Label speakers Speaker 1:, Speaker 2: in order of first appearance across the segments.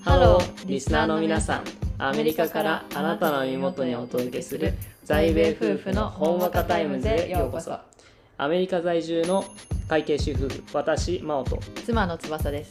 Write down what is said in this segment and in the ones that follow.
Speaker 1: ハロー、リスナーの皆さん。アメリカからあなたの身元にお届けする在米夫婦のほんわかタイムズへようこそ。アメリカ在住の会計主婦、私、真央と、
Speaker 2: 妻の翼です。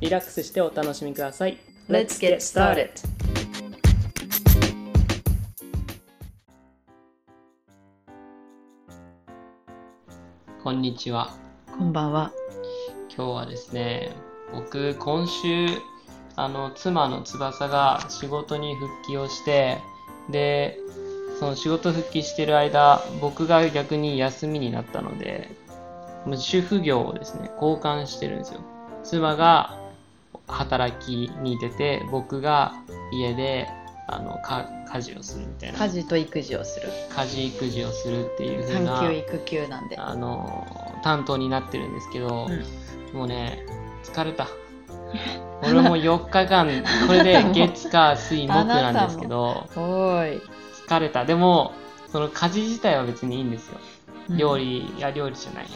Speaker 1: リラックスしてお楽しみください
Speaker 2: Let's get started.
Speaker 1: こんにちは
Speaker 2: こんばんは。
Speaker 1: 今日はですね僕今週あの妻の翼が仕事に復帰をしてでその仕事復帰してる間僕が逆に休みになったのでもう主婦業をですね交換してるんですよ妻が働きに出て僕が家であのか家事をするみたいな
Speaker 2: 家事と育児をする。
Speaker 1: 家事育児をするっていう風な
Speaker 2: 産休育休なんで。
Speaker 1: あの担当になってるんですけど、もうね疲れた俺も4 日間これで月火水木
Speaker 2: あなた
Speaker 1: な
Speaker 2: も
Speaker 1: んですけど
Speaker 2: おーい。
Speaker 1: 疲れたでもその家事自体は別にいいんですよ
Speaker 2: うん
Speaker 1: 料。理、いや料理じゃないや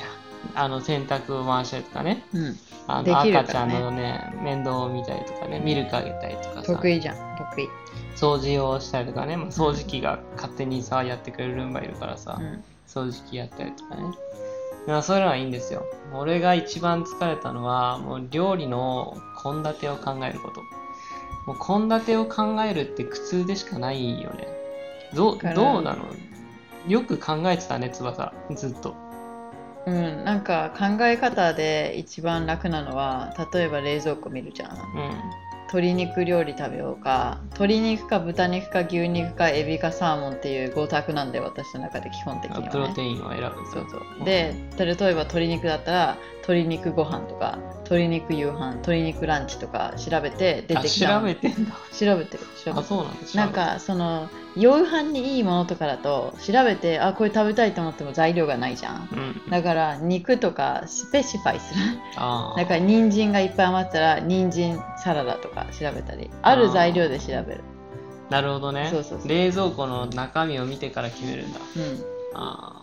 Speaker 1: あの洗濯を回したりとかね
Speaker 2: うん。
Speaker 1: あ
Speaker 2: で
Speaker 1: の
Speaker 2: きるからね
Speaker 1: 赤ちゃんのね面倒を見たりとかねミルクあげたりとかさ
Speaker 2: 得意じゃん。得意。
Speaker 1: 掃除をしたりとかね、まあ掃除機が勝手にさやってくれるルンバいるからさ、
Speaker 2: うん。
Speaker 1: 掃除機やったりとかね。まあそういうのはいいんですよ。俺が一番疲れたのは、もう料理の献立を考えること。もう献立を考えるって苦痛でしかないよね。どう、
Speaker 2: から
Speaker 1: どうなのよく考えてたね、翼。ずっと。
Speaker 2: うん、なんか考え方で一番楽なのは例えば冷蔵庫見るじゃん
Speaker 1: うん。
Speaker 2: 鶏肉料理食べようか鶏肉か豚肉か牛肉かエビかサーモンっていう5択なんで私の中で基本的に
Speaker 1: プロ
Speaker 2: は、ね、
Speaker 1: テインを選ぶんです
Speaker 2: そ
Speaker 1: よ
Speaker 2: う。そううんで例えば鶏肉だったら鶏肉ご飯とか鶏肉夕飯鶏肉ランチとか調べて出
Speaker 1: あ、
Speaker 2: てきた
Speaker 1: 調
Speaker 2: もの
Speaker 1: べてんだ。
Speaker 2: 調べてる調べ
Speaker 1: あ、
Speaker 2: て
Speaker 1: そうなんだ。調べて
Speaker 2: るなん、かその夕飯にいいものとかだと調べてあこれ食べたいと思っても材料がないじゃん
Speaker 1: うん。
Speaker 2: だから肉とかスペシファイする
Speaker 1: あ
Speaker 2: だから
Speaker 1: あ。
Speaker 2: 人参がいっぱい余ったら人参サラダとか調べたりある材料で調べる
Speaker 1: なるほどね。
Speaker 2: そうそうそう
Speaker 1: 冷蔵庫の中身を見てから決めるんだ。
Speaker 2: う
Speaker 1: ああ。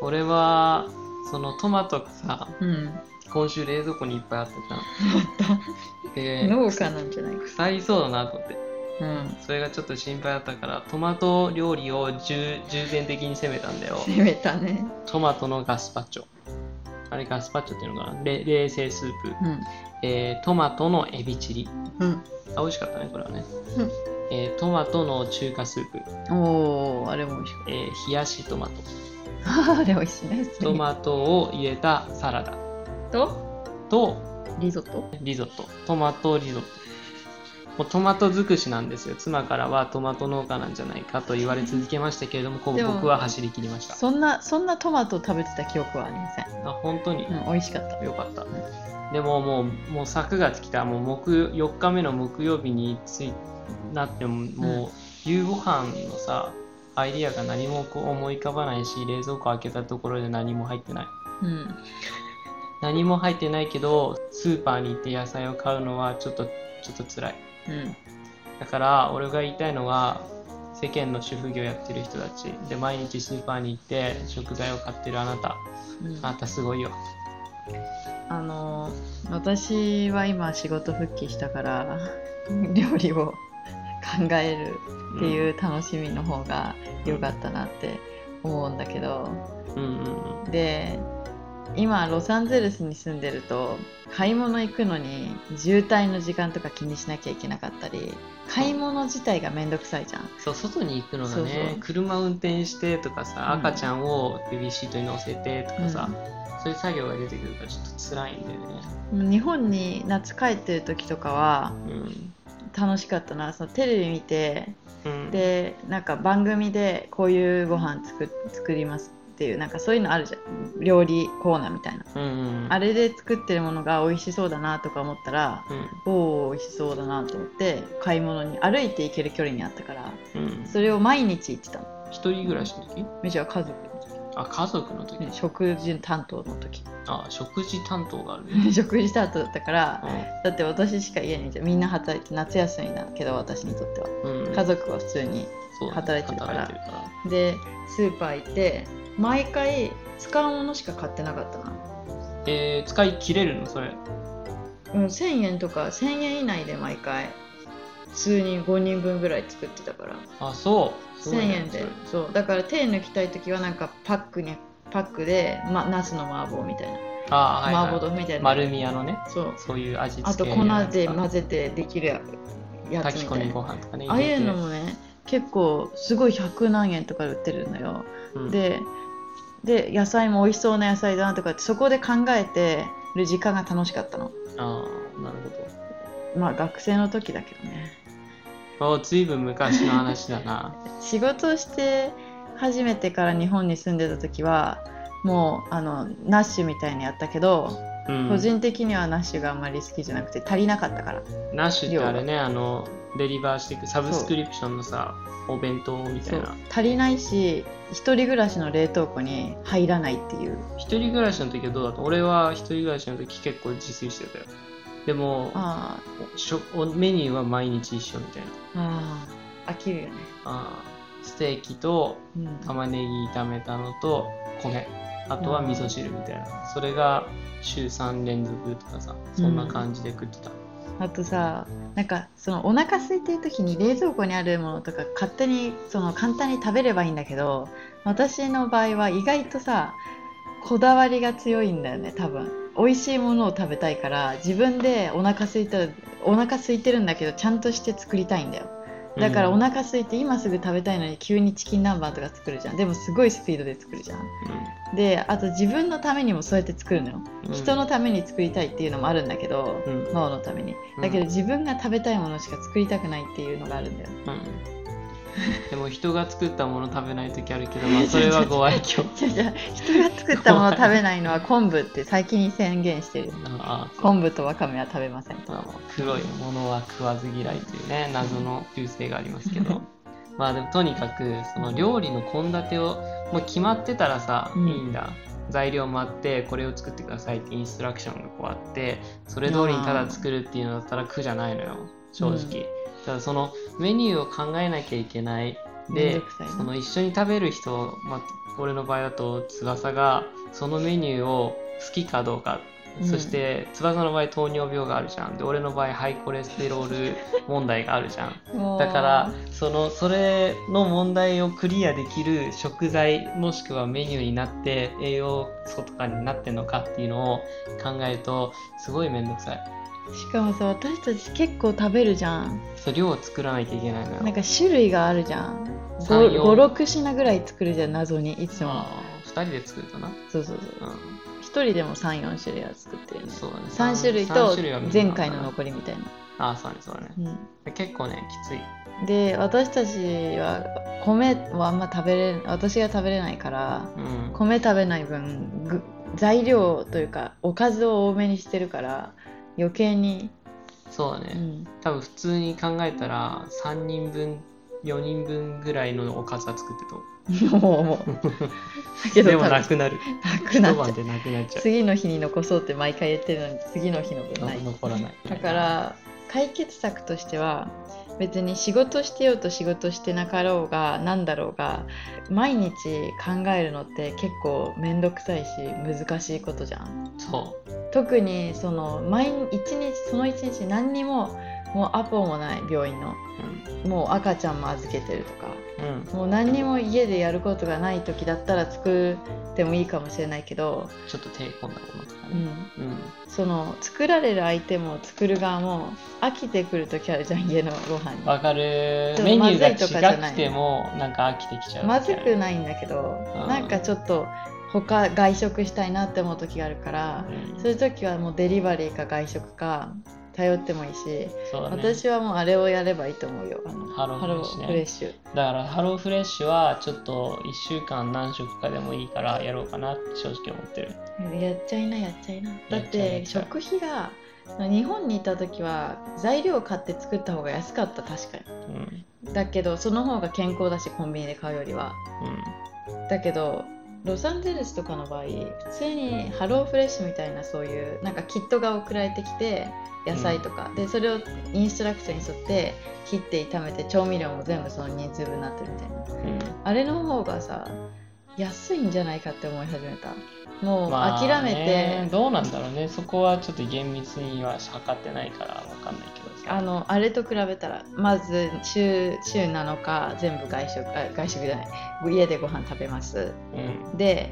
Speaker 1: 俺は、そのトマトがさ、
Speaker 2: んうん
Speaker 1: 今週冷蔵庫にいっぱいあってさで
Speaker 2: 農家なんじゃないか
Speaker 1: 腐りそうだなと思って
Speaker 2: うん
Speaker 1: それがちょっと心配だったからトマト料理を重重点的に攻めたんだよ
Speaker 2: 攻めたね
Speaker 1: トマトのガスパチョあれガスパチョっていうのかなれ冷製スープ、えートマトのエビチリ
Speaker 2: うん
Speaker 1: あ美味しかったねこれはね、
Speaker 2: うん
Speaker 1: えートマトの中華スープ、
Speaker 2: うんおーあれも美味しかっ
Speaker 1: えー冷やしトマト
Speaker 2: た あれ美味しいね
Speaker 1: トマトを入れたサラダ
Speaker 2: ト
Speaker 1: と
Speaker 2: リゾット
Speaker 1: リゾット。トマトリゾット。もうトマト尽くしなんですよ。妻からはトマト農家なんじゃないかと言われ続けましたけれども、こう
Speaker 2: でも
Speaker 1: 僕は走り切りました。
Speaker 2: そんなそんなトマトを食べてた記憶はありません
Speaker 1: あ本当に、
Speaker 2: うん美味しかった
Speaker 1: よかった。でももう、もう昨月来た、もう木4日目の木曜日についなっても、もう夕ご飯のさ、アイディアが何もこう思い浮かばないし、冷蔵庫開けたところで何も入ってない。
Speaker 2: うん
Speaker 1: 何も入ってないけど、スーパーに行って野菜を買うのはちょっと、ちょっと辛い。
Speaker 2: うん
Speaker 1: だから俺が言いたいのは世間の主婦業やってる人たちで毎日スーパーに行って食材を買ってるあなた
Speaker 2: うん
Speaker 1: あなたすごいよ
Speaker 2: あの私は今仕事復帰したから料理を 考えるって
Speaker 1: う
Speaker 2: いう楽しみの方が良かったなって思うんだけど
Speaker 1: んうんうん
Speaker 2: で今ロサンゼルスに住んでると買い物行くのに渋滞の時間とか気にしなきゃいけなかったり買い物自体がめんどくさいじゃん
Speaker 1: そう外に行くのがね
Speaker 2: そうそう
Speaker 1: 車運転してとかさ、
Speaker 2: うん
Speaker 1: 赤ちゃんをベビーシートに乗せてとかさ、そういう作業が出てくるからちょっと辛いんだよね
Speaker 2: 日本に夏帰ってる時とかは
Speaker 1: うん
Speaker 2: 楽しかったなそのテレビ見て
Speaker 1: うん
Speaker 2: でなんか番組でこういうご飯作作りますっていうなんかそういうのあるじゃん料理コーナーみたいな
Speaker 1: うんうん
Speaker 2: あれで作ってるものが美味しそうだなとか思ったらおお美味しそうだなと思って買い物に歩いて行ける距離にあったから
Speaker 1: うんうん
Speaker 2: それを毎日行ってたの
Speaker 1: 一人暮らしの時
Speaker 2: めちゃ家族の時
Speaker 1: あ家族の時、
Speaker 2: ね食事担当の 時
Speaker 1: あ食事担当があるね、
Speaker 2: 食事担当だったから
Speaker 1: う
Speaker 2: だって私しか家にいてみんな働いて夏休みだけど私にとっては
Speaker 1: んうん
Speaker 2: 家族は普通に
Speaker 1: そうだね
Speaker 2: 働いてるから
Speaker 1: 働いてるから
Speaker 2: でスーパー行って毎回使うものしか買ってなかったな、
Speaker 1: えー、使い切れるのそれ
Speaker 2: うん、1000円とか1000円以内で毎回普通に5人分ぐらい作ってたから
Speaker 1: あそうすご
Speaker 2: 1000
Speaker 1: いね
Speaker 2: 円でそうだから手抜きたい時はなんかパックにパックで、ま、ナスの麻婆みたいな、
Speaker 1: それあーはい、はい、
Speaker 2: 麻婆豆腐みたいな
Speaker 1: 丸み屋のね
Speaker 2: そう
Speaker 1: そういう味
Speaker 2: あ
Speaker 1: 付
Speaker 2: と
Speaker 1: け
Speaker 2: 粉
Speaker 1: のやつ
Speaker 2: で
Speaker 1: か
Speaker 2: 混ぜてできるやつ
Speaker 1: 炊
Speaker 2: み
Speaker 1: き
Speaker 2: た
Speaker 1: 込
Speaker 2: い
Speaker 1: み
Speaker 2: な
Speaker 1: ご飯とかね
Speaker 2: ああ
Speaker 1: 入
Speaker 2: い
Speaker 1: れ
Speaker 2: う
Speaker 1: て
Speaker 2: のもね結構すごい100何円とかで売ってるのよ
Speaker 1: うん
Speaker 2: でで野菜も美味しそうな野菜だなとかってそこで考えてる時間が楽しかったの
Speaker 1: ああなる
Speaker 2: まあ学生の時だけどね
Speaker 1: ほどおずいぶん昔の話だ な
Speaker 2: 仕事をして初めてから日本に住んでた時はもうあのナッシュみたいにやったけど、
Speaker 1: うん
Speaker 2: 個人的にはナッシュがあんまり好きじゃなくて足りなかったから
Speaker 1: ナッシュってあれねあのデリバーしていくサブスクリプションのさお弁当みた
Speaker 2: そ
Speaker 1: いうな
Speaker 2: 足りないし一人暮らしの冷凍庫に入らないっていう
Speaker 1: 一人暮らしの時はどうだった俺は一人暮らしの時結構自炊してたよでも
Speaker 2: あー
Speaker 1: しょおメニューは毎日一緒みたいな
Speaker 2: あー飽きるよね、
Speaker 1: あーステーキと
Speaker 2: うん、
Speaker 1: 玉ねぎ炒めたのと米あとは味噌汁みたいな、それが週3連続とかさそんな感じで食ってた、
Speaker 2: あとさなんかそのお腹空いてる時に冷蔵庫にあるものとか勝手にその簡単に食べればいいんだけど私の場合は意外とさこだわりが強いんだよね多分美味しいものを食べたいから自分でお腹空いたらお腹空いてるんだけどちゃんとして作りたいんだよだからお
Speaker 1: うん
Speaker 2: 腹空いて今すぐ食べたいのに急にチキン南蛮とか作るじゃんでもすごいスピードで作るじゃんであと自分のためにもそうやって作るのよ
Speaker 1: うん
Speaker 2: 人のために作りたいっていうのもあるんだけど、
Speaker 1: うんうん
Speaker 2: 脳のためにだけど自分が食べたいものしか作りたくないっていうのがあるんだよ、
Speaker 1: うんでも人が作ったもの食べない時あるけど、まあ、それはご 愛嬌
Speaker 2: じゃあじゃあ人が作ったものを食べないのは昆布って最近に宣言してる
Speaker 1: ああ
Speaker 2: 昆布とわかめは食べませんと
Speaker 1: まあまあ黒いものは食わず嫌いというね謎の習性があります けどまあでもとにかくその料理の献立をもう決まってたらさ、
Speaker 2: うん
Speaker 1: いいんだ材料もあってこれを作ってくださいってインストラクションがこうあってそれ通りにただ作るっていうのだったら苦じゃないのよ正直、ただそのメニューを考えなきゃいけない
Speaker 2: めん
Speaker 1: で
Speaker 2: どくさい
Speaker 1: その
Speaker 2: な
Speaker 1: 一緒に食べる人、まあ、俺の場合だと翼がそのメニューを好きかどうか、
Speaker 2: うん
Speaker 1: そして翼の場合糖尿病があるじゃんで俺の場合ハイコレステロール問題があ るじゃん
Speaker 2: もう
Speaker 1: だからそのそれの問題をクリアできる食材もしくはメニューになって栄養素とかになってんのかっていうのを考えるとすごい面倒くさい
Speaker 2: しかもさ私たち結構食べるじゃん
Speaker 1: そう量を作らないといけないのよ
Speaker 2: なんか種類があるじゃん
Speaker 1: 三四
Speaker 2: 56品ぐらい作るじゃん謎にいつも
Speaker 1: あー二人で作るかな、
Speaker 2: そうそうそう
Speaker 1: う
Speaker 2: 1人でも34種類は作ってる
Speaker 1: ん、
Speaker 2: ね
Speaker 1: そうだね
Speaker 2: 3種類
Speaker 1: 三
Speaker 2: と
Speaker 1: は見る
Speaker 2: 前回の
Speaker 1: かな
Speaker 2: 残りみたいな、
Speaker 1: ああそうだねそうだね
Speaker 2: うん、
Speaker 1: 結構ねきつい
Speaker 2: で私たちは米はあんま食べれ私が食べれないから
Speaker 1: うん
Speaker 2: 米食べない分ぐ材料というかおかずを多めにしてるから余計に、
Speaker 1: そうだ
Speaker 2: う
Speaker 1: ね
Speaker 2: ん、
Speaker 1: 多分普通に考えたら3人分4人分ぐらいのおかずは作ってと思
Speaker 2: もうも うだけ
Speaker 1: う
Speaker 2: ど
Speaker 1: でも
Speaker 2: 多分
Speaker 1: なくなる
Speaker 2: なく
Speaker 1: 一
Speaker 2: なっちゃ
Speaker 1: 晩
Speaker 2: う
Speaker 1: でなくなっちゃう
Speaker 2: 次の日に残そうって毎回言ってるのに次の日の分ない
Speaker 1: 残らない
Speaker 2: だから解決策としては別に仕事してようと仕事してなかろうが何だろうが毎日考えるのって結構面倒くさいし難しいことじゃん。
Speaker 1: そう
Speaker 2: 特にその毎日一日その一日何にももうアポもない病院の
Speaker 1: う
Speaker 2: もう赤ちゃんも預けてるとか
Speaker 1: ん、うん、
Speaker 2: もう何にも家でやることがない時だったら作ってもいいかもしれないけど、
Speaker 1: ちょっと手込んだものとか
Speaker 2: う
Speaker 1: ね
Speaker 2: ん、
Speaker 1: うん、
Speaker 2: その作られる相手も作る側も飽きてくる時あるじゃん家のご飯に。
Speaker 1: わかる
Speaker 2: ちょっ
Speaker 1: メ
Speaker 2: とまず
Speaker 1: ニュ
Speaker 2: いと
Speaker 1: ー
Speaker 2: かじゃ
Speaker 1: が
Speaker 2: ない
Speaker 1: 違くてもなんか飽きてきちゃう
Speaker 2: まずく
Speaker 1: い、
Speaker 2: ないんだけど
Speaker 1: うん
Speaker 2: なんかちょっと他外食したいなって思う時があるから
Speaker 1: う、ん
Speaker 2: そういう時はもうデリバリーか外食か頼ってもいいし、
Speaker 1: そうだね。
Speaker 2: 私はもうあれをやればいいと思うよあの
Speaker 1: ハロー
Speaker 2: ハ
Speaker 1: フレ
Speaker 2: ロ
Speaker 1: ッシュ
Speaker 2: ー
Speaker 1: ね
Speaker 2: フレッシュ
Speaker 1: だからハローフレッシュはちょっと1週間何食かでもいいからやろうかなって正直思ってる
Speaker 2: やっちゃいなやっちゃいなだっ
Speaker 1: やっちゃい
Speaker 2: て
Speaker 1: な
Speaker 2: 食費が日本にいた時は材料を買って作った方が安かった確か
Speaker 1: うんうん
Speaker 2: にだけどその方が健康だしコンビニで買うよりはだけどロサンゼルスとかの場合普通にハローフレッシュみたいなそういうなんかキットが送られてきて野菜とか、でそれをインストラクションに沿って切って炒めて調味料も全部その人数分になってるみたいな
Speaker 1: うん
Speaker 2: あれの方がさ安いんじゃないかって思い始めたもう
Speaker 1: まあ
Speaker 2: 諦めて、
Speaker 1: ねどうなんだろうねそこはちょっと厳密には測ってないからわかんないけどさ
Speaker 2: あのあれと比べたらまず週週7日全部外食あ外食じゃない家でご飯食べます
Speaker 1: うん
Speaker 2: で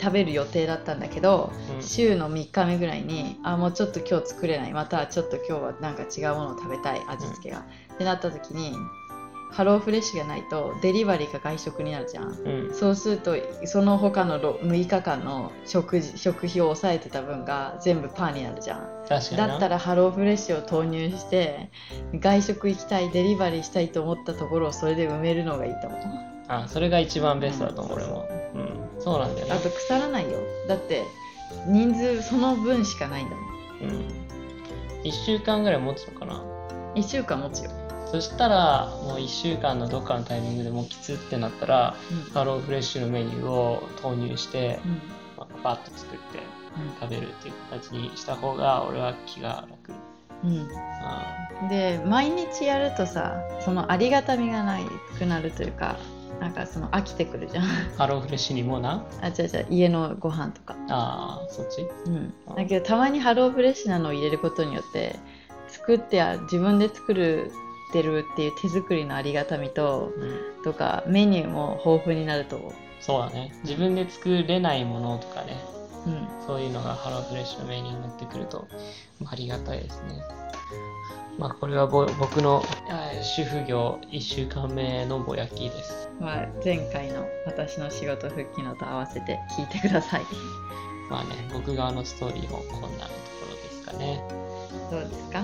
Speaker 2: 食べる予定だったんだけど
Speaker 1: うん
Speaker 2: 週の3日目ぐらいにあもうちょっと今日作れないまたはちょっと今日はなんか違うものを食べたい味付けが、ってなった時にハローフレッシュがないとデリバリーか外食になるじゃん
Speaker 1: うん
Speaker 2: そうするとその他のろ6日間の食事食費を抑えてた分が全部パーになるじゃん
Speaker 1: 確かにな
Speaker 2: だったらハローフレッシュを投入して外食行きたいデリバリーしたいと思ったところをそれで埋めるのがいいと思う
Speaker 1: あそれが一番ベストだと思う
Speaker 2: うん
Speaker 1: 俺もうんそうなんだよね
Speaker 2: あと腐らないよだって人数その分しかないんだもん
Speaker 1: うん1週間ぐらい持つのかな
Speaker 2: 1週間持つよ、
Speaker 1: そしたらもう1週間のどっかのタイミングでもうきつってなったら
Speaker 2: うん
Speaker 1: ハローフレッシュのメニューを投入して
Speaker 2: うん
Speaker 1: まあバッと作って食べるっていう形にした方が俺は気が楽
Speaker 2: う
Speaker 1: あ
Speaker 2: ん、で毎日やるとさそのありがたみがないくなるというかなんかその飽きてくるじゃん
Speaker 1: ハローフレッシュにもな
Speaker 2: あ違う違う家のご飯とか、
Speaker 1: あーそっち
Speaker 2: うん、だけどたまにハローフレッシュなのを入れることによって作ってあ自分で作るてるっていう手作りのありがたみと
Speaker 1: うん
Speaker 2: とかメニューも豊富になると思う、
Speaker 1: そうだね自分で作れないものとかね
Speaker 2: うん、
Speaker 1: そういうのがハローフレッシュのメニューになってくるとまあありがたいですねまあこれはぼ僕のあー主婦業1週間目のぼやきです
Speaker 2: まあ、前回の私の仕事復帰のと合わせて聞いてください
Speaker 1: まあね僕側のストーリーもこんなところですかね
Speaker 2: どうですか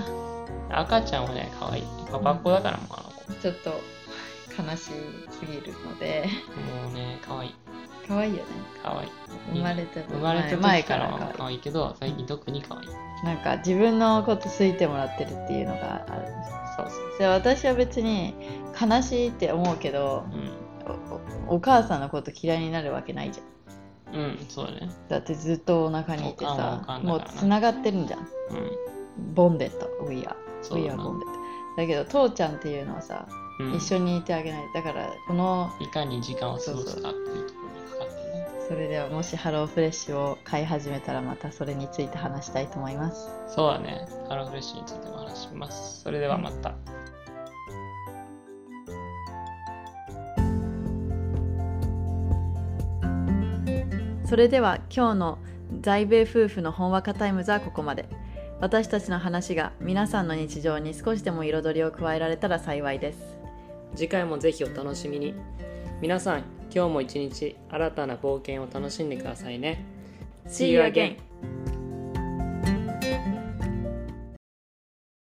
Speaker 1: 赤ちゃんはね可愛いパパっ子だからもうあの子
Speaker 2: ちょっと悲しすぎるので
Speaker 1: もうね可愛い
Speaker 2: 可愛いよね
Speaker 1: 可愛い
Speaker 2: 生まれた
Speaker 1: 生まれた
Speaker 2: 前
Speaker 1: 時から
Speaker 2: 可
Speaker 1: は可
Speaker 2: 愛い
Speaker 1: 愛いけど最近特に可愛い
Speaker 2: なんか自分のこと好いてもらってるっていうのがある
Speaker 1: そうそう
Speaker 2: で私は別に悲しいって思うけど
Speaker 1: う
Speaker 2: おおお母さんのこと嫌いになるわけないじゃん
Speaker 1: んうんそうだね
Speaker 2: だってずっとお腹にいて
Speaker 1: おかんはお
Speaker 2: さ
Speaker 1: かんだ
Speaker 2: も
Speaker 1: か
Speaker 2: う
Speaker 1: らな
Speaker 2: つながってるんじゃん
Speaker 1: うん
Speaker 2: ボンデットウィアウ
Speaker 1: そう
Speaker 2: ィ
Speaker 1: だ
Speaker 2: ア
Speaker 1: な
Speaker 2: ボンデットだけど父ちゃんっていうのはさ、
Speaker 1: うん
Speaker 2: 一緒にいてあげないだからこの
Speaker 1: いかに時間を過ごすかっていうところにかかってね
Speaker 2: それではもしハローフレッシュを買い始めたらまたそれについて話したいと思います
Speaker 1: そうだねハローフレッシュについても話しますそれではまた、
Speaker 2: それでは今日の在米夫婦の本わかタイムズはここまで私たちの話が皆さんの日常に少しでも彩りを加えられたら幸いです
Speaker 3: 次回もぜひお楽しみに皆さん今日も一日新たな冒険を楽しんでくださいね
Speaker 2: See you again!